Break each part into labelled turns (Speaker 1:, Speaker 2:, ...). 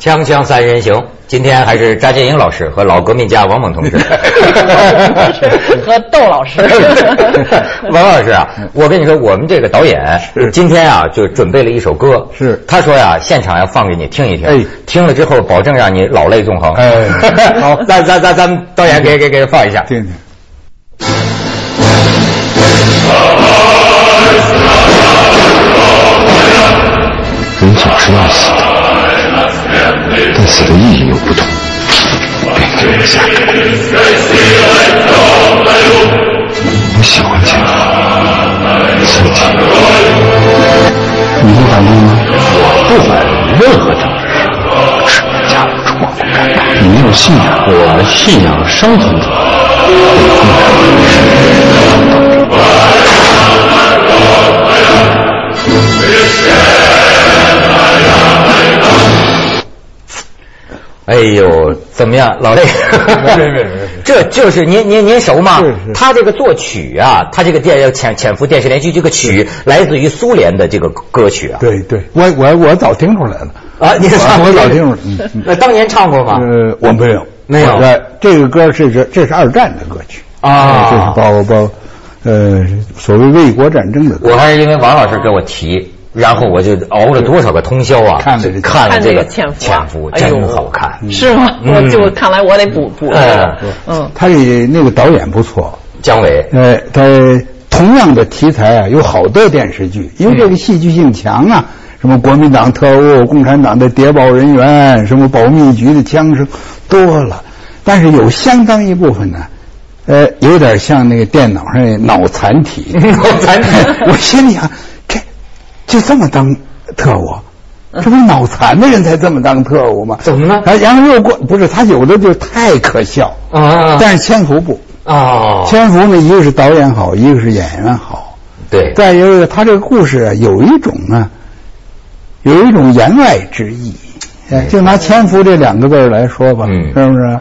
Speaker 1: 锵锵三人行，今天还是扎建英老师和老革命家王蒙同志
Speaker 2: 和窦 老师。
Speaker 1: 王老师啊，我跟你说，我们这个导演今天啊就准备了一首歌，
Speaker 3: 是
Speaker 1: 他说呀、现场要放给你听一听，
Speaker 3: 哎
Speaker 1: 听了之后保证让你老泪纵横。
Speaker 3: 哎好
Speaker 1: 咱咱咱咱们导演给给给放一下。
Speaker 3: 听听。
Speaker 4: 人总是要死的，但死的意义又不同。变给我下个我喜欢这样刺激。你不反对吗？我不反对任何政治事务，是你加入中国共产党。你没有信仰，我信仰生存主义。
Speaker 1: 哎呦，怎么样，老魏？
Speaker 3: 没没没没
Speaker 1: 这就是您您您熟吗？
Speaker 3: 是是
Speaker 1: 他这个作曲啊，他这个电潜潜伏电视连续剧这个曲来自于苏联的这个歌曲啊。
Speaker 3: 对对，我我我早听出来了。
Speaker 1: 啊，你
Speaker 3: 我我早 听
Speaker 1: 过
Speaker 3: 过嗯嗯
Speaker 1: 那当年唱过吗？
Speaker 3: 呃，我没有，
Speaker 1: 没有
Speaker 3: 呃，这个歌是这这是二战的歌曲哎
Speaker 1: 啊
Speaker 3: 这是包包呃所谓卫国战争的歌。
Speaker 1: 我还是因为王老师给我提，然后我就熬了多少个通宵啊！
Speaker 3: 看了这个
Speaker 1: 看了
Speaker 2: 看那
Speaker 1: 这
Speaker 2: 个
Speaker 1: 个
Speaker 2: 潜伏啊
Speaker 1: 潜伏
Speaker 2: 哎呦
Speaker 1: 真好看。
Speaker 2: 是吗？
Speaker 1: 嗯
Speaker 2: 我就看来我得补补。
Speaker 1: 哎
Speaker 2: 嗯，
Speaker 3: 他的那个导演不错，
Speaker 1: 姜伟，
Speaker 3: 呃，他同样的题材啊，有好多电视剧，因为这个戏剧性强啊，什么国民党特务、共产党的谍报人员，什么保密局的枪声，多了。但是有相当一部分呢，呃，有点像那个电脑上的脑残体。
Speaker 1: 脑残体
Speaker 3: 我心里想，这就这么当特务？这不是脑残的人才这么当特务吗？
Speaker 1: 嗯怎么了
Speaker 3: 啊然后又过不是他有的就太可笑
Speaker 1: 啊
Speaker 3: 但是千福不。
Speaker 1: 哦，
Speaker 3: 千福呢，一个是导演好，一个是演员好，
Speaker 1: 对，
Speaker 3: 再一个他这个故事啊，有一种啊，有一种言外之意。哎，就拿“千福”这两个字儿来说吧，
Speaker 1: 嗯
Speaker 3: 是不是？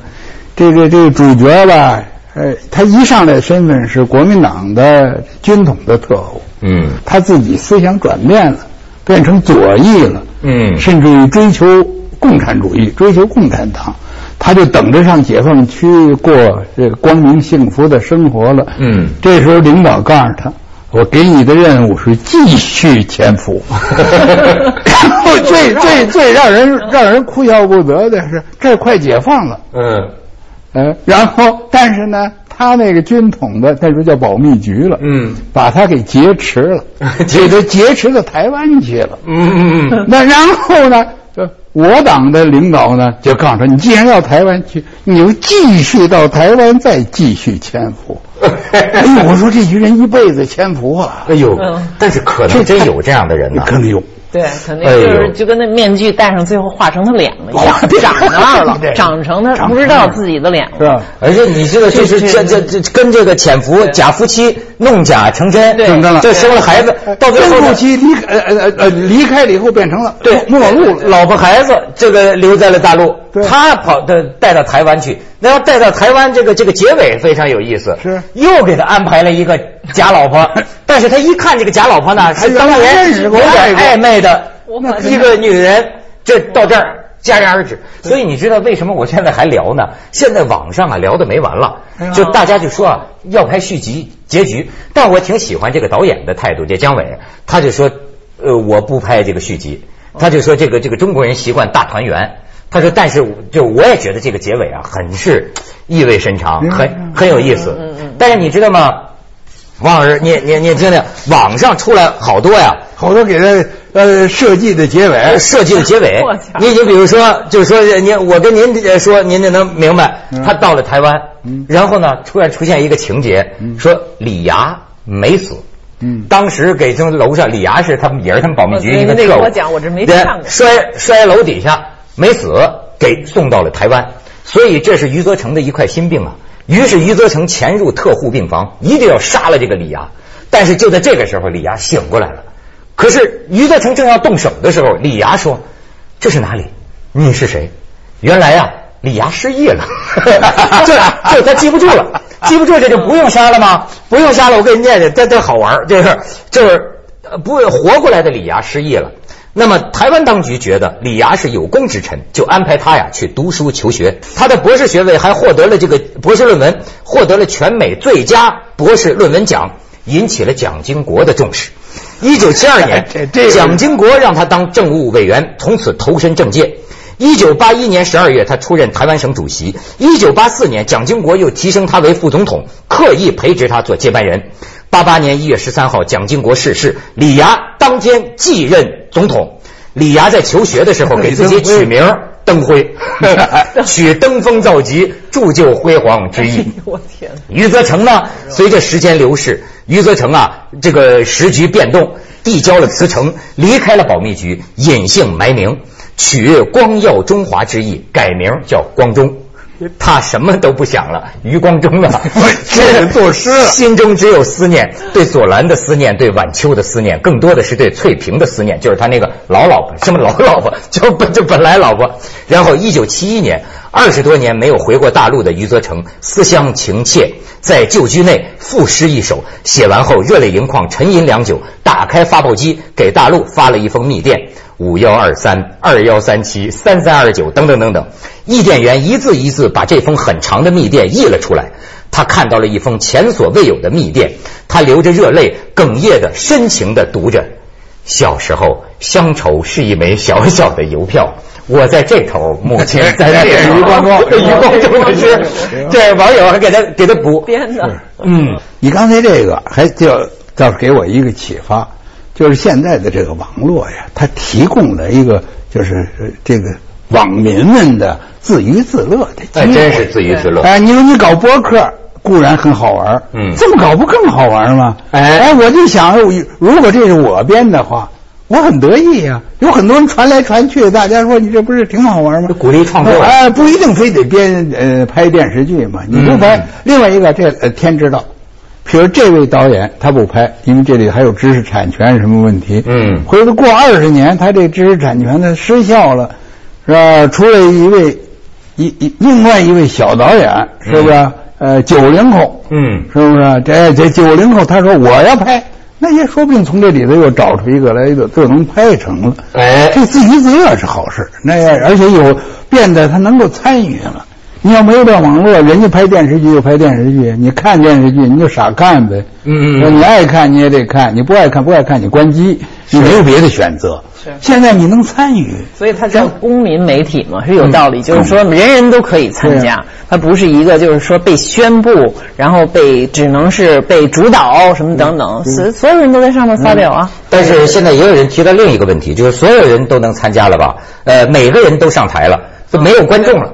Speaker 3: 这个这个主角吧，呃，他一上来身份是国民党的军统的特务，
Speaker 1: 嗯
Speaker 3: 他自己思想转变了，变成左翼了，
Speaker 1: 嗯
Speaker 3: 甚至于追求共产主义，追求共产党，他就等着上解放区过这个光明幸福的生活了。
Speaker 1: 嗯
Speaker 3: 这时候领导告诉他。我给你的任务是继续 潜伏。最最最让人让人哭笑不得的是，这快解放了，
Speaker 1: 嗯
Speaker 3: 嗯，然后但是呢，他那个军统的那时候叫保密局了，
Speaker 1: 嗯，，
Speaker 3: 把他给劫持了 给他劫持到台湾去了。
Speaker 1: 嗯嗯嗯，
Speaker 3: 那然后呢，呃我党的领导呢就告诉他，你既然要台湾去，你就继续到台湾再继续潜 伏。哎呦，我说这群人一辈子潜伏啊
Speaker 1: 哎，呦
Speaker 2: 嗯，
Speaker 1: 但是可能真有这样的人呢。
Speaker 3: 可能有。
Speaker 2: 对，肯定
Speaker 1: 哎呦哦
Speaker 2: 就是就跟那面具戴上，最后画成他脸了一样，
Speaker 3: 画
Speaker 2: 长 那儿了
Speaker 3: 对，
Speaker 2: 长成他
Speaker 3: 长
Speaker 2: 不知道自己的脸
Speaker 3: 是
Speaker 2: 了。
Speaker 3: 吧？
Speaker 1: 而且你这个就是
Speaker 2: 这
Speaker 1: 这这这跟这个潜伏假夫妻弄假成真，
Speaker 2: 对
Speaker 3: 成真了
Speaker 1: 这生了孩子，到最后
Speaker 3: 跟
Speaker 1: 呢
Speaker 3: 陆琪离开呃呃呃呃离开了以后变成了
Speaker 1: 对
Speaker 3: 莫老路了。
Speaker 1: 老婆孩子这个留在了大陆，
Speaker 3: 对
Speaker 1: 他跑的带到台湾去，那要带到台湾这个这个结尾非常有意思，
Speaker 3: 是
Speaker 1: 又给他安排了一个假老 婆，但是他一看这个假老婆呢，是当
Speaker 3: 原来
Speaker 1: 年
Speaker 3: 认识
Speaker 1: 有
Speaker 3: 过
Speaker 1: 点
Speaker 3: 爱过
Speaker 1: 暧昧的
Speaker 2: 我 把这
Speaker 1: 一个女人，这到这儿。戛然而止，所以你知道为什么我现在还聊呢？现在网上啊聊的没完了
Speaker 3: 哎呀，
Speaker 1: 就大家就说啊要拍续集结局，但我挺喜欢这个导演的态度，这姜伟，他就说，呃，我不拍这个续集，他就说这个这个中国人习惯大团圆，他说但是就我也觉得这个结尾啊很是意味深长，
Speaker 3: 嗯
Speaker 1: 很很有意思
Speaker 2: 嗯嗯嗯。
Speaker 1: 但是你知道吗，王老师，你你你听听，网上出来好多呀，
Speaker 3: 好多给他呃设计的结尾，
Speaker 1: 设计的结尾
Speaker 2: 哎 我操。
Speaker 1: 你就比如说，就是说您我跟您呃说，您就能明白
Speaker 3: 嗯，
Speaker 1: 他到了台湾
Speaker 3: 嗯，
Speaker 1: 然后呢，突然出现一个情节，
Speaker 3: 嗯
Speaker 1: 说李涯没死。
Speaker 3: 嗯
Speaker 1: 当时给从楼上，李涯是他们也是他们保密局一个
Speaker 2: 我这
Speaker 1: 特务。
Speaker 2: 我讲我这没
Speaker 1: 对
Speaker 2: 看过
Speaker 1: 摔摔楼底下没死，给送到了台湾。所以这是余则成的一块心病啊。于是余则成潜入特护病房，一定要杀了这个李涯。但是就在这个时候，李涯醒过来了。可是余则成正要动手的时候，李涯说：“这是哪里？你是谁？”原来呀、李涯失忆了， 就就他记不住了，记不住这就不用杀了吗？不用杀了，我跟人家这这这好玩儿这是就是呃不活过来的李涯失忆了。那么台湾当局觉得李涯是有功之臣，就安排他呀去读书求学。他的博士学位还获得了这个博士论文，获得了全美最佳博士论文奖，引起了蒋经国的重视。一九七二年
Speaker 3: 这这，个
Speaker 1: 蒋经国让他当政务委员，从此投身政界。一九八一年十二月，他出任台湾省主席。一九八四年，蒋经国又提升他为副总统，刻意培植他做接班人。八八年一月十三号，蒋经国逝世，李涯当天继任总统。李涯在求学的时
Speaker 3: 哎
Speaker 1: 候给自己取名儿登 辉，取登峰造极，铸就辉煌之意。
Speaker 2: 哎我天哪！
Speaker 1: 余则成呢，随着时间流逝，余则成啊，这个时局变动，递交了辞呈，离开了保密局，隐姓埋名，取光耀中华之意，改名叫光中。他什么都不想了，余光中 了，
Speaker 3: 这人作诗了
Speaker 1: 心中只有思念，对左蓝的思念，对晚秋的思念，更多的是对翠萍的思念，就是他那个老老婆，什么老老婆， 就本就本来老婆。然后，一九七一年，二十多年没有回过大陆的余则成思乡情切，在旧居内赋诗一首，写完后热泪盈眶，沉吟良久，打开发报机给大陆发了一封密电。五幺二三、二幺三七、三三二九等等等等，译电员一字一字把这封很长的密电译了出来。他看到了一封前所未有的密电，他流着热泪，哽咽的、深情的读着。小时候，乡愁是一枚小小的邮票，我在这头，母 亲在这头。
Speaker 3: 余光 中
Speaker 1: 余光中的诗，这网友还给他给他补。
Speaker 2: 天哪！
Speaker 1: 嗯，
Speaker 3: 你刚才这个还就倒是给我一个启发，就是现在的这个网络呀，它提供了一个就是呃这个网民们的自娱自乐的
Speaker 1: 那
Speaker 3: 机会
Speaker 1: 哎真是自娱自乐。
Speaker 3: 哎，你说你搞播客固然很好玩儿
Speaker 1: 嗯
Speaker 3: 这么搞不更好玩儿吗？
Speaker 1: 哎
Speaker 3: 我就想，如果这是我编的话，我很得意呀、有很多人传来传去，大家说你这不是挺好玩儿吗
Speaker 1: 就？鼓励创作
Speaker 3: 哎，不一定非得编呃拍电视剧嘛，你不拍。
Speaker 1: 嗯
Speaker 3: 另外一个，这呃天知道。比如这位导演他不拍，因为这里还有知识产权什么问题。
Speaker 1: 嗯
Speaker 3: 回头过二十年，他这知识产权呢失效了，是吧？出来一位一一另外一位小导演，是不是？呃，九零后，
Speaker 1: 嗯
Speaker 3: 是不是？这这九零后，他说我要拍，那也说不定从这里头又找出一个来，就就能拍成了。
Speaker 1: 哎
Speaker 3: 这自娱自乐是好事，那也而且有变得他能够参与了。你要没有这网络，人家拍电视剧就拍电视剧，你看电视剧你就傻看呗。
Speaker 1: 嗯嗯
Speaker 3: 说
Speaker 1: 嗯
Speaker 3: 你爱看你也得看，你不爱看不爱看你关机，你没有别的选择。
Speaker 2: 是
Speaker 3: 现在你能参与，
Speaker 2: 所以它叫公民媒体嘛，是有道理，就是
Speaker 1: 嗯
Speaker 2: 说人人都可以参
Speaker 3: 对
Speaker 2: 加
Speaker 3: 啊，
Speaker 2: 它不是一个就是说被宣布，然后被只能是被主导什么
Speaker 1: 嗯
Speaker 2: 等等，所所有人都在上面发表啊。
Speaker 1: 但是现在也有人提到另一个问题，就是所有人都能参加了吧？呃，每个人都上台了，就没有观众 了，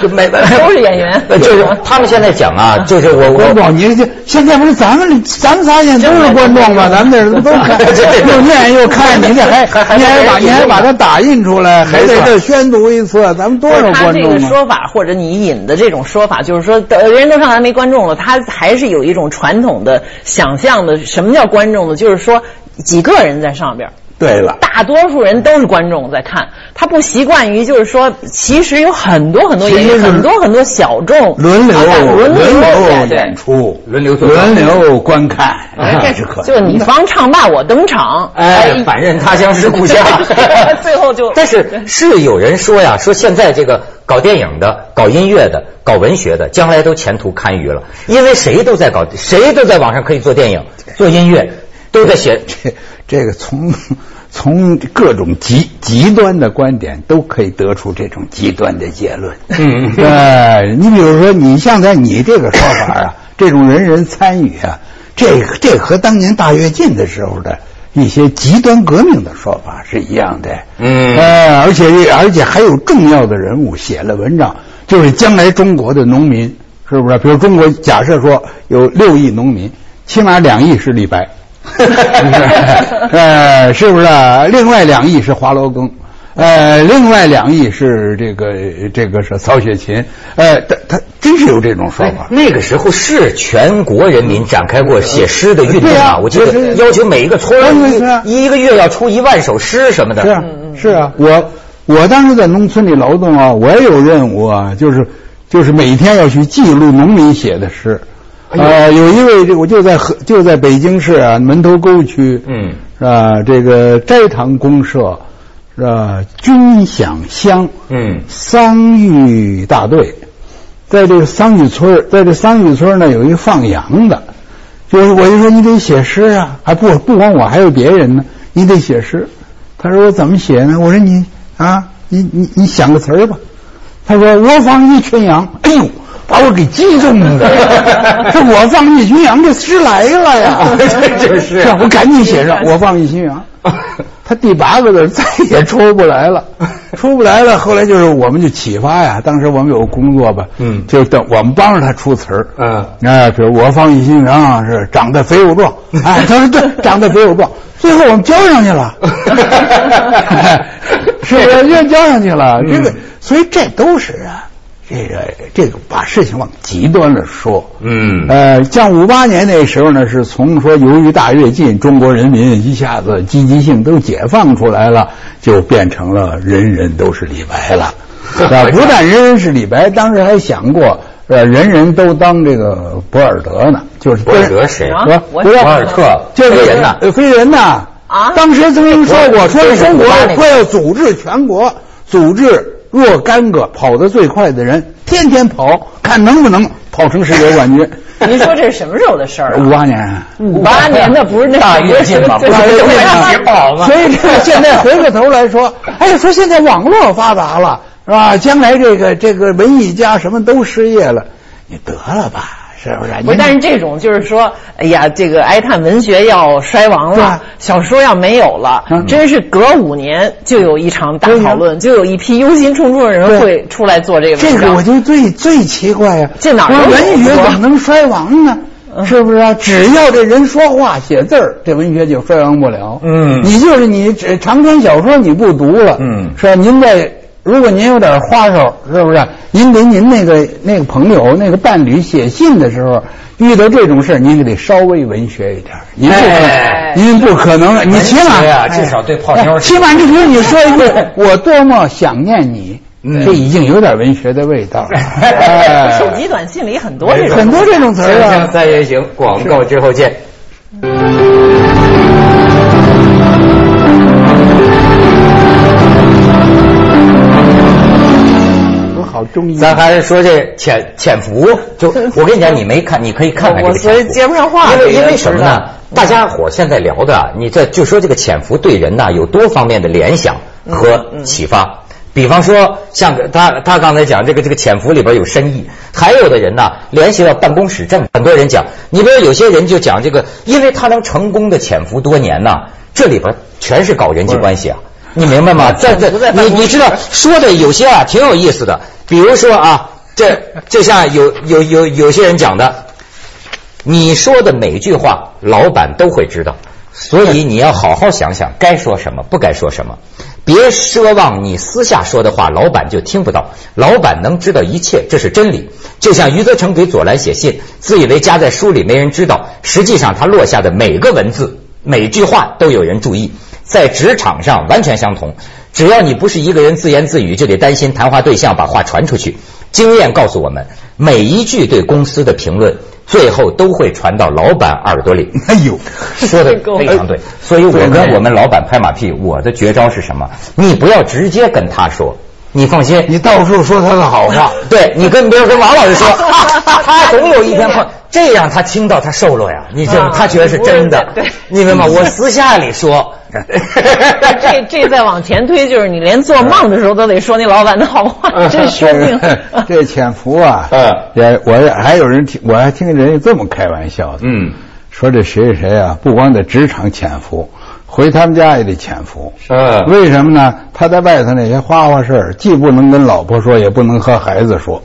Speaker 1: 就每
Speaker 2: 都是演员
Speaker 1: 呃就是他们现在讲啊，就是我
Speaker 3: 观
Speaker 1: 我。
Speaker 3: 众，你这现在不是咱们咱们仨现在都是观众吗？咱们这人都看
Speaker 1: 对对对
Speaker 3: 又念又看，你这还
Speaker 1: 还还
Speaker 3: 你还把
Speaker 1: 还
Speaker 3: 你还把它打印出来，还
Speaker 1: 没
Speaker 3: 在
Speaker 1: 错
Speaker 3: 这宣读一次，咱们多
Speaker 2: 不
Speaker 3: 少
Speaker 2: 是他
Speaker 3: 观
Speaker 2: 这
Speaker 3: 众
Speaker 2: 个
Speaker 3: 啊？
Speaker 2: 说法，或者你引的这种说法，就是说，呃人都上来没观众了，他还是有一种传统的想象的，什么叫观众呢？就是说几个人在上边儿，
Speaker 3: 对了，
Speaker 2: 大多数人都是观众在看，他不习惯于就是说，其实有很多很多演
Speaker 3: 其
Speaker 2: 员，
Speaker 3: 实是
Speaker 2: 很多很多小众
Speaker 3: 轮流
Speaker 2: 啊轮流
Speaker 3: 轮
Speaker 2: 对
Speaker 3: 流演
Speaker 2: 对。
Speaker 3: 出，
Speaker 1: 轮流做
Speaker 3: 轮流观看啊
Speaker 1: 哎，
Speaker 3: 这是可
Speaker 2: 就是你方唱罢我登场，
Speaker 1: 哎，反认他乡是故乡
Speaker 2: 对。最后就
Speaker 1: 但是是有人说呀，说现在这个搞电影的、搞音乐的、搞文学的，将来都前途堪虞了，因为谁都在搞，谁都在网上可以做电影、做音乐，都在写。
Speaker 3: 这这个从从各种极极端的观点都可以得出这种极端的结论。
Speaker 1: 嗯
Speaker 3: 哎，你比如说，你像在你这个说法啊，这种人人参与啊，这个这和当年大跃进的时候的一些极端革命的说法是一样的。
Speaker 1: 嗯
Speaker 3: 哎，而且而且还有重要的人物写了文章，就是将来中国的农民是不是？比如中国假设说有六亿农民，起码两亿是李白。 呃，是不是啊、另外两亿是华罗庚，呃，另外两亿是这个这个是曹雪芹，呃，他他真是有这种说法。
Speaker 1: 哎那个时候是全国人民展开过写诗的运动
Speaker 3: 对
Speaker 1: 嗯啊！
Speaker 3: 啊
Speaker 1: 我记得
Speaker 3: 对对
Speaker 1: 要求每一个村儿
Speaker 3: 对对对啊
Speaker 1: 一一个月要出一万首诗什么的。
Speaker 3: 是啊，是啊，我我当时在农村里劳动啊，我也有任务啊，就是就是每天要去记录农民写的诗。
Speaker 1: 哎
Speaker 3: 呃，有一位，这我就在河，就在北京市啊门头沟区，
Speaker 1: 嗯，
Speaker 3: 是吧？这个斋堂公社，是吧？军饷乡，
Speaker 1: 嗯！
Speaker 3: 桑榆大队，在这个桑榆村儿，在这桑榆村儿呢，有一个放羊的，就是我就说你得写诗啊，还不不光我，还有别人呢，你得写诗。他说我怎么写呢？我说你啊，你你你想个词儿吧。他说我放一群羊，哎呦，把我给激动的。这我放一群羊，这诗来了呀
Speaker 1: 这就是啊
Speaker 3: 我赶 紧写上，我放一群羊。他第八个字再也出不来了，出不来了。后来就是我们就启发呀，当时我们有个工作吧，
Speaker 1: 嗯
Speaker 3: 就等我们帮着他出词儿，
Speaker 1: 嗯
Speaker 3: 哎，比如我放一心羊是长得肥又壮，哎，他说对，长得肥又壮，最后我们交上去了，是不是？又交上去了，这个
Speaker 1: 嗯，
Speaker 3: 所以这都是啊，这个这个把事情往极端了说，
Speaker 1: 嗯
Speaker 3: 呃，像五八年那时候呢，是从说由于大跃进，中国人民一下子积极性都解放出来了，就变成了人人都是李 白了。啊，不但人人是李白，当时还想过，呃，人人都当这个博尔德呢，就是
Speaker 1: 博尔德谁
Speaker 2: 啊
Speaker 3: 博
Speaker 2: 我
Speaker 3: 博
Speaker 1: 博尔特
Speaker 3: 就是
Speaker 1: 飞人呐
Speaker 3: 呃飞人呐。
Speaker 2: 啊
Speaker 3: 当时曾经说过，说
Speaker 1: 这是
Speaker 3: 中国
Speaker 1: 古巴那个
Speaker 3: 快要组织全国，组织若干个跑得最快的人，天天跑，看能不能跑成世界冠军。
Speaker 2: 您说这是什么时候的事儿啊
Speaker 3: 五？八年，
Speaker 2: 五八年的不是那
Speaker 1: 大跃进 嘛
Speaker 2: 对
Speaker 1: 不是
Speaker 2: 对
Speaker 1: 就
Speaker 2: 对
Speaker 1: 是起跑嘛
Speaker 3: 所以 这个现在回过头来说，哎，说现在网络发达了，是吧？将来这个这个文艺家什么都失业了，你得了吧，是不是？
Speaker 2: 不是，
Speaker 3: 你
Speaker 2: 但是这种就是说，哎呀，这个哀叹文学要衰亡
Speaker 3: 对
Speaker 2: 了，小说要没有了，
Speaker 3: 嗯
Speaker 2: 真是隔五年就有一场大
Speaker 3: 对呀
Speaker 2: 讨论，就有一批忧心忡忡的人
Speaker 3: 对
Speaker 2: 会出来做这个
Speaker 3: 这
Speaker 2: 文
Speaker 3: 个我
Speaker 2: 章。
Speaker 3: 就最最奇怪呀、
Speaker 2: 这哪儿
Speaker 3: 我
Speaker 2: 都有
Speaker 3: 说
Speaker 1: 啊
Speaker 3: 文学
Speaker 2: 我
Speaker 3: 怎么能衰亡呢？
Speaker 1: 嗯
Speaker 3: 是不是啊？只要这人说话写字儿，这文学就衰亡不了。
Speaker 1: 嗯
Speaker 3: 你就是你只长篇小说你不读了，
Speaker 1: 嗯
Speaker 3: 是吧？您在如果您有点花手，是不是？您给您那个那个朋友、那个伴侣写信的时候，遇到这种事儿，您可得稍微文学一点儿。您不可，
Speaker 1: 哎
Speaker 3: 您不可能，你起码
Speaker 1: 文学啊至少对泡妞儿
Speaker 3: 哎起码你比如你说一句“我多么想念你”，
Speaker 1: 嗯
Speaker 3: 这已经有点文学的味道了。 哎
Speaker 2: 手机短信里很多这
Speaker 1: 没错
Speaker 2: 种，
Speaker 3: 很多这种词儿
Speaker 1: 锵锵
Speaker 3: 啊，
Speaker 1: 三人行，广告之后见。
Speaker 3: 我好中意。
Speaker 1: 咱还是说这潜潜伏，就我跟你讲，你没看，嗯你可以看看这
Speaker 2: 我
Speaker 1: 个潜伏。
Speaker 2: 所以接不上话
Speaker 1: 因为
Speaker 2: 这个
Speaker 1: 因为什么
Speaker 2: 知
Speaker 1: 呢嗯
Speaker 2: 道？
Speaker 1: 大家伙儿现在聊的啊，你这就说这个潜伏对人呐有多方面的联想和启发。比方说，像个他他刚才讲这个这个潜伏里边有深意，还有的人呐联系到办公室政，很多人讲，你比如有些人就讲这个，因为他能成功的潜伏多年呐，这里边全是搞人际关系啊。你明白 吗？这这你你知道说的有些啊挺有意思的，比如说啊，这这像有有有有些人讲的，你说的每句话老板都会知道，所以你要好好想想该说什么，不该说什么，别奢望你私下说的话老板就听不到，老板能知道一切，这是真理。就像余则成给左蓝写信，自以为夹在书里没人知道，实际上他落下的每个文字每句话都有人注意。在职场上完全相同。只要你不是一个人自言自语，就得担心谈话对象把话传出去。经验告诉我们，每一句对公司的评论，最后都会传到老板耳朵里。
Speaker 3: 哎呦，哎
Speaker 1: 说的非常对，所以我跟我们老板拍马屁，我的绝招是什么？你不要直接跟他说，你放心，
Speaker 3: 你到处说他的好话，
Speaker 1: 对你跟比如跟王老师 说，他总有一天碰，这样他听到他受落呀，你这
Speaker 2: 啊
Speaker 1: 他觉得是真的
Speaker 2: 不是对，
Speaker 1: 你明白吗？我私下里说，
Speaker 2: 这这再往前推，就是你连做梦的时候都得说你老板的好话，这说 明
Speaker 3: 这潜伏啊，
Speaker 1: 嗯
Speaker 3: 也我也还有人听，我还听人家这么开玩笑的，
Speaker 1: 嗯，
Speaker 3: 说这谁谁谁啊，不光在职场潜伏，回他们家也得潜伏。
Speaker 1: 嗯
Speaker 3: 为什么呢？他在外头那些花花事儿，既不能跟老婆说，也不能和孩 子说，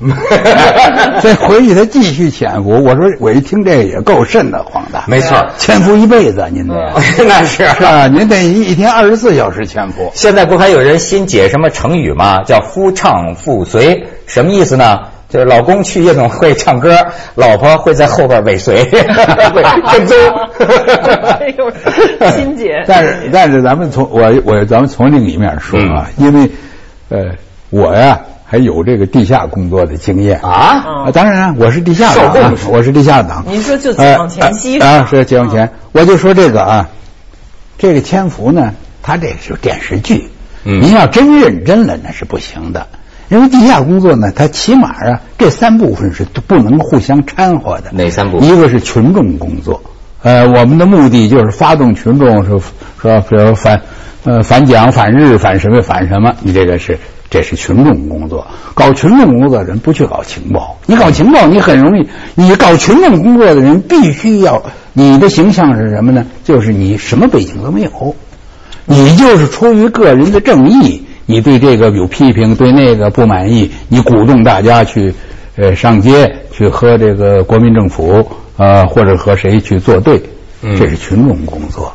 Speaker 3: 所以回去他继续潜伏。我说我一听这个也够瘆得慌的，
Speaker 1: 没错嗯
Speaker 3: 潜伏一辈子啊，您得、
Speaker 1: 那是
Speaker 3: 是吧？您得一一天二十四小时潜伏。
Speaker 1: 现在不还有人新解什么成语吗？叫夫唱妇随，什么意思呢？就是老公去夜总会唱歌，老婆会在后边尾 随，会跟踪。
Speaker 2: 哎呦 亲姐
Speaker 3: 但是但是咱们从我我咱们从另一面说啊，
Speaker 1: 嗯
Speaker 3: 因为呃我呀还有这个地下工作的经验
Speaker 1: 啊，
Speaker 2: 嗯
Speaker 3: 啊，当然啊我是地下党
Speaker 1: 受
Speaker 3: 啊
Speaker 1: 控，
Speaker 3: 我是地下党。
Speaker 2: 您说就解放前夕
Speaker 3: 呃呃
Speaker 2: 是吧
Speaker 3: 啊，是解放前，我就说这个啊，这个《千福》呢，它这个是电视剧，
Speaker 1: 嗯
Speaker 3: 您要真认真了，那是不行的。因为地下工作呢，它起码啊，这三部分是不能互相掺和 的。
Speaker 1: 哪三部分
Speaker 3: 一个是群众工作，呃，我们的目的就是发动群众说说，比如反呃反蒋、反日、反什么反什么，你这个是这是群众工作。搞群众工作的人不去搞情报，你搞情报你很容易，你搞群众工作的人必须要你的形象是什么呢？就是你什么背景都没有，你就是出于个人的正义，你对这个有批评，对那个不满意，你鼓动大家去呃上街去和这个国民政府呃或者和谁去作对，
Speaker 1: 嗯，
Speaker 3: 这是群众工作。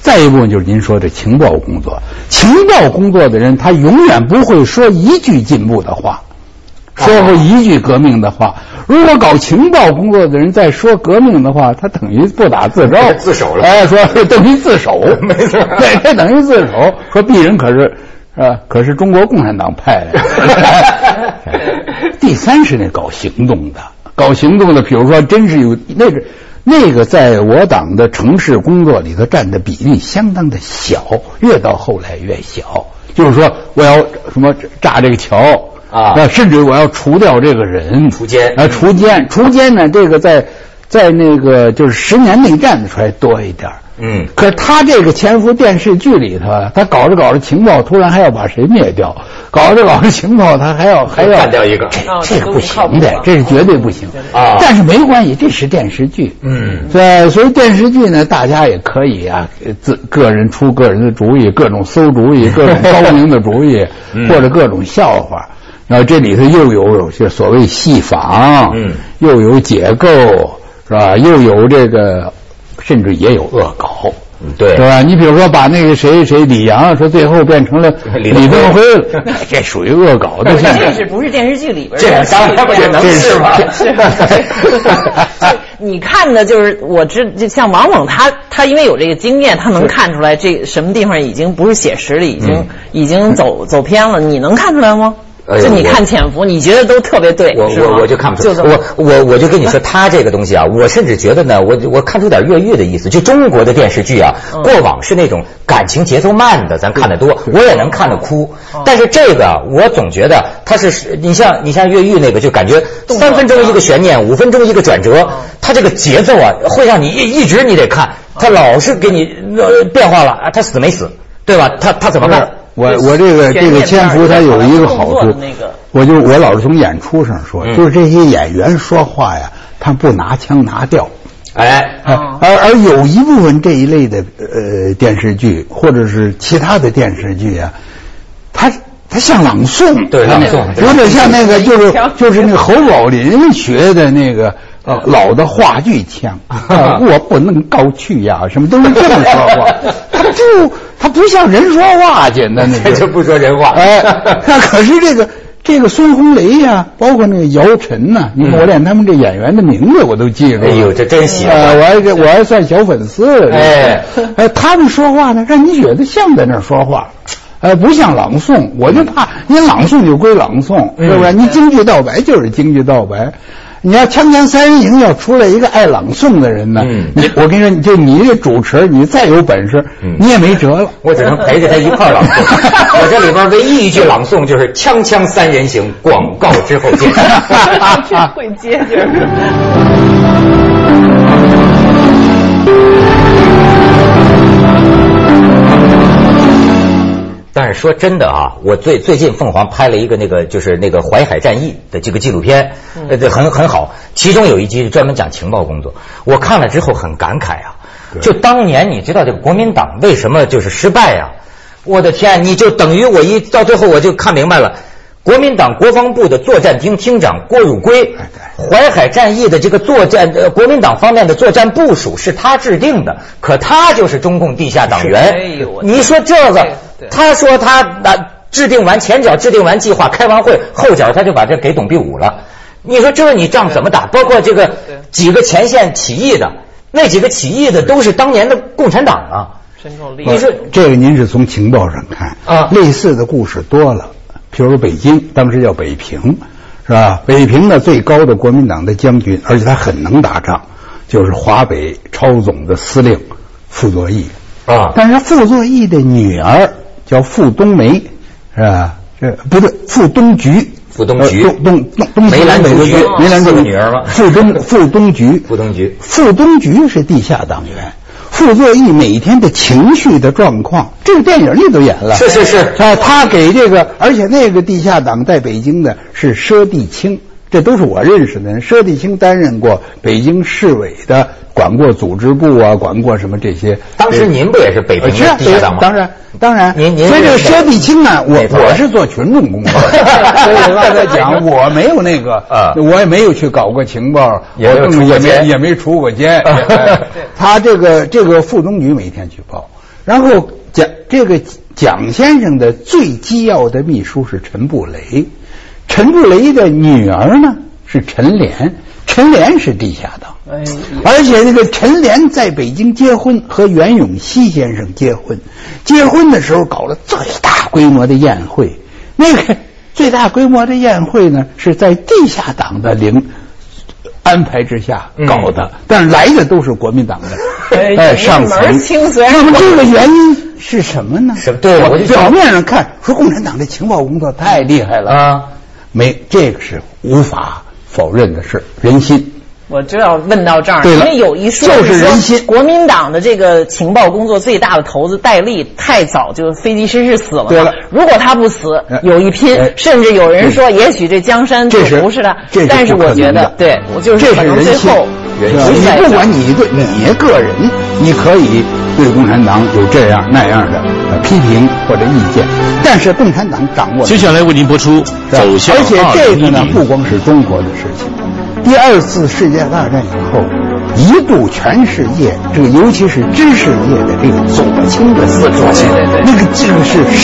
Speaker 3: 再一部分就是您说的情报工作，情报工作的人他永远不会说一句进步的话，说过一句革命的话。如果搞情报工作的人再说革命的话，他等于不打自招
Speaker 1: 自首了
Speaker 3: 哎，说是等于自首，
Speaker 1: 没错
Speaker 3: 对， 这等于自首。说鄙人可是，啊，可是中国共产党派来的。 第三是那搞行动的，搞行动的，比如说，真是有那个那个，在我党的城市工作里头占的比例相当的小，越到后来越小。就是说，我要什么炸这个桥
Speaker 1: 啊
Speaker 3: 那甚至我要除掉这个人，
Speaker 1: 除奸
Speaker 3: 啊，除奸，除奸呢，这个在在那个就是十年内战的时候还多一点儿
Speaker 1: 嗯
Speaker 3: 可是他这个潜伏电视剧里头啊，他搞着搞着情报，突然还要把谁灭掉，搞着搞着情报，他还要还要
Speaker 1: 干掉一个
Speaker 3: 这
Speaker 2: 哦这
Speaker 3: 这个
Speaker 2: 都
Speaker 3: 不
Speaker 2: 不靠谱
Speaker 3: 行的
Speaker 2: 啊，
Speaker 3: 这是绝对不行
Speaker 1: 啊
Speaker 3: 但是没关系，这是电视剧，
Speaker 1: 嗯
Speaker 3: 对，所以电视剧呢，大家也可以啊，呃自个人出个人的主意，各种馊 主意，各种高明的主意
Speaker 1: 嗯，
Speaker 3: 或者各种笑话。然后这里头又有有些所谓戏仿，
Speaker 1: 嗯
Speaker 3: 又有解构，是吧？又有这个，甚至也有恶搞。
Speaker 1: 嗯对
Speaker 3: 是吧？你比如说，把那个谁谁李阳说最后变成了
Speaker 1: 李
Speaker 3: 李
Speaker 1: 登
Speaker 3: 登
Speaker 1: 辉
Speaker 3: 辉 了，哎这属于 恶搞的现
Speaker 2: 这
Speaker 3: 象。
Speaker 2: 是不是电视剧里边
Speaker 1: 这
Speaker 2: 的？
Speaker 1: 当然不能是吧？
Speaker 2: 你看的就是我知，就像王猛他他因为有这个经验，他能看出来这什么地方已经不是写实了，已经、
Speaker 1: 嗯
Speaker 2: 已经走走偏了。你能看出来吗？
Speaker 1: 哎呦
Speaker 2: 就你
Speaker 1: 我
Speaker 2: 看潜伏，你觉得都特别对，
Speaker 1: 我
Speaker 2: 是吗
Speaker 1: 我我就看不出
Speaker 2: 就，这么
Speaker 1: 我我我就跟你 说，他这个东西啊，我甚至觉得呢，我我看出点越狱的意思。就中国的电视剧啊，
Speaker 2: 嗯
Speaker 1: 过往是那种感情节奏慢的，咱看得多，我也能看得哭
Speaker 2: 哦。
Speaker 1: 但是这个啊我总觉得它是，你像你像越狱那个，就感觉
Speaker 2: 动作嗯
Speaker 1: 三分钟一个悬念，五分钟一个转折，它这个节奏啊，会让你一一直你得看，它老是给你呃变化了啊，他死没死，对吧？他他怎么办？
Speaker 3: 我我这个这个潜伏它有一个好
Speaker 2: 动作
Speaker 3: 处
Speaker 2: 的那个，
Speaker 3: 我就我老是从演出上说
Speaker 1: 嗯，
Speaker 3: 就是这些演员说话呀，他不拿腔拿调。
Speaker 1: 哎，
Speaker 2: 哦
Speaker 3: 啊而而有一部分这一类的呃电视剧或者是其他的电视剧啊，它它像朗诵，啊
Speaker 1: 对朗诵
Speaker 3: 有点像那个就是
Speaker 2: 对
Speaker 3: 就是那个侯宝林学的那个。
Speaker 1: 啊
Speaker 3: 呃，老的话剧 腔，啊我不能高去呀，什么都是这么说 话，他就他不像人说话，简 单的
Speaker 1: 这就不说人话。
Speaker 3: 哎， 那可是这个这个孙红雷呀、包括那个姚晨呐、你看我连他们这演员的名字我都记住了。
Speaker 1: 嗯哎呦这真行
Speaker 3: 呃我还这我还算小粉丝了。
Speaker 1: 哎
Speaker 3: 这是哎，他们说话呢，让你觉得像在那儿说话。哎，不像朗诵，我就怕你朗诵就归朗诵，
Speaker 1: 嗯
Speaker 3: 是不是？你京剧道白就是京剧道白，你要《锵锵三人行》要出来一个爱朗诵的人呢，
Speaker 1: 嗯
Speaker 3: 你我跟你说，你就你这主持，你再有本事，
Speaker 1: 嗯
Speaker 3: 你也没辙了。
Speaker 1: 我只能陪着他一块儿朗诵。我这里边唯一一句朗诵就是“锵锵三人行”，广告之后见。啊
Speaker 2: 这会接就是。
Speaker 1: 但是说真的啊，我最最近凤凰拍了一个那个就是那个淮海战役的这个纪录片，
Speaker 2: 嗯
Speaker 1: 呃，这很很好。其中有一集专门讲情报工作，我看了之后很感慨啊。就当年你知道这个国民党为什么就是失败呀、我的天，你就等于我一到最后我就看明白了。国民党国防部的作战厅厅长郭汝瑰，
Speaker 2: 哎
Speaker 1: 淮海战役的这个作战，呃，国民党方面的作战部署是他制定的，可他就是中共地下党
Speaker 2: 是哎
Speaker 1: 员
Speaker 2: 呦。我
Speaker 1: 你说这
Speaker 2: 对
Speaker 1: 个
Speaker 2: 对，
Speaker 1: 他说他那制定完前脚制定完计划，开完会后脚他就把这给董必武了。你说这你仗怎么打？包括这个
Speaker 2: 对
Speaker 1: 几个前线起义的，那几个起义的都是当年的共产党啊。
Speaker 2: 身中力
Speaker 1: 你是
Speaker 3: 这个您是从情报上看
Speaker 1: 啊
Speaker 3: 类似的故事多了，譬如说北京，当时叫北平，是吧？北平呢最高的国民党的将军，而且他很能打仗，就是华北超总的司令傅作义。
Speaker 1: 啊
Speaker 3: 但是傅作义的女儿叫傅冬梅，是吧？这不对，傅冬菊。
Speaker 1: 傅冬菊
Speaker 3: 呃东东东
Speaker 1: 梅兰竹菊
Speaker 3: 梅兰
Speaker 1: 是
Speaker 3: 竹菊
Speaker 1: 个女儿吗
Speaker 3: 傅冬傅冬菊，
Speaker 1: 傅冬菊
Speaker 3: 傅冬菊是地下党员，傅作义每天的情绪的状况，这个电影里都演了。
Speaker 1: 是是是
Speaker 3: 啊，他给这个，而且那个地下党在北京的是佘地青，这都是我认识的人。佘地青担任过北京市委的，管过组织部啊，管过什么这些。
Speaker 1: 当时您不也是北
Speaker 3: 呃
Speaker 1: 平
Speaker 3: 是
Speaker 1: 的
Speaker 3: 啊
Speaker 1: 地下党吗？
Speaker 3: 当然，当然。
Speaker 1: 您您
Speaker 3: 所以这个
Speaker 1: 是
Speaker 3: 佘地青啊，我
Speaker 1: 哪头的
Speaker 3: 我是做群众工作 的，所以我刚才讲，我没有那个，
Speaker 1: 啊
Speaker 3: 我也没有去搞过情报，
Speaker 1: 也没有
Speaker 3: 我更
Speaker 1: 出过
Speaker 3: 也
Speaker 1: 监
Speaker 3: 没也没出过监。
Speaker 1: 啊
Speaker 3: 也没他这个这个副中局每天举报，然后蒋这个蒋先生的最机要的秘书是陈布雷，陈布雷的女儿呢是陈莲，陈莲是地下党。
Speaker 2: 哎呦
Speaker 3: 而且那个陈莲在北京结婚，和袁咏锡先生结婚，结婚的时候搞了最大规模的宴会。那个 最大规模的宴会呢，是在地下党的领安排之下搞的，但是来的都是国民党的
Speaker 2: 哎
Speaker 3: 哎上
Speaker 2: 一门
Speaker 3: 层
Speaker 2: 儿。清算
Speaker 3: 那么这个原因是什么呢？
Speaker 1: 是对我
Speaker 3: 我
Speaker 1: 就
Speaker 3: 表面上看说共产党的情报工作太厉害了，
Speaker 1: 啊，
Speaker 3: 没这个是无法否认的事，人心。
Speaker 2: 我就要问到这儿，
Speaker 3: 对
Speaker 2: 因
Speaker 3: 了
Speaker 2: 为有一说
Speaker 3: 就是人心
Speaker 2: 说国民党的这个情报工作最大的头子戴笠太早就飞机失事死了嘛。
Speaker 3: 对了
Speaker 2: 如果他不死
Speaker 3: 哎，
Speaker 2: 有一拼
Speaker 3: 哎，
Speaker 2: 甚至有人说，也许这江山就
Speaker 3: 这是
Speaker 2: 不是他
Speaker 3: 这是。
Speaker 2: 但是
Speaker 3: 不可
Speaker 2: 我觉
Speaker 3: 能
Speaker 2: 得
Speaker 3: 的，
Speaker 2: 对我就是
Speaker 3: 这
Speaker 2: 可
Speaker 3: 是
Speaker 2: 能
Speaker 3: 人
Speaker 2: 最
Speaker 3: 性
Speaker 2: 后
Speaker 1: 人性
Speaker 2: 会
Speaker 3: 你
Speaker 2: 在
Speaker 3: 不
Speaker 2: 这儿
Speaker 3: 管你对你个人，你可以对共产党有这样那样的呃批评或者意见，但是共产党掌握了
Speaker 4: 接下来为您播出《
Speaker 3: 是吧
Speaker 4: 走向
Speaker 3: 而且这个呢，
Speaker 4: 2010
Speaker 3: 不光是中国的事情，第二次世界大战以后，一度全世界这个尤其是知识界的这个左倾的思潮，
Speaker 1: 对对对
Speaker 3: 那个这个是世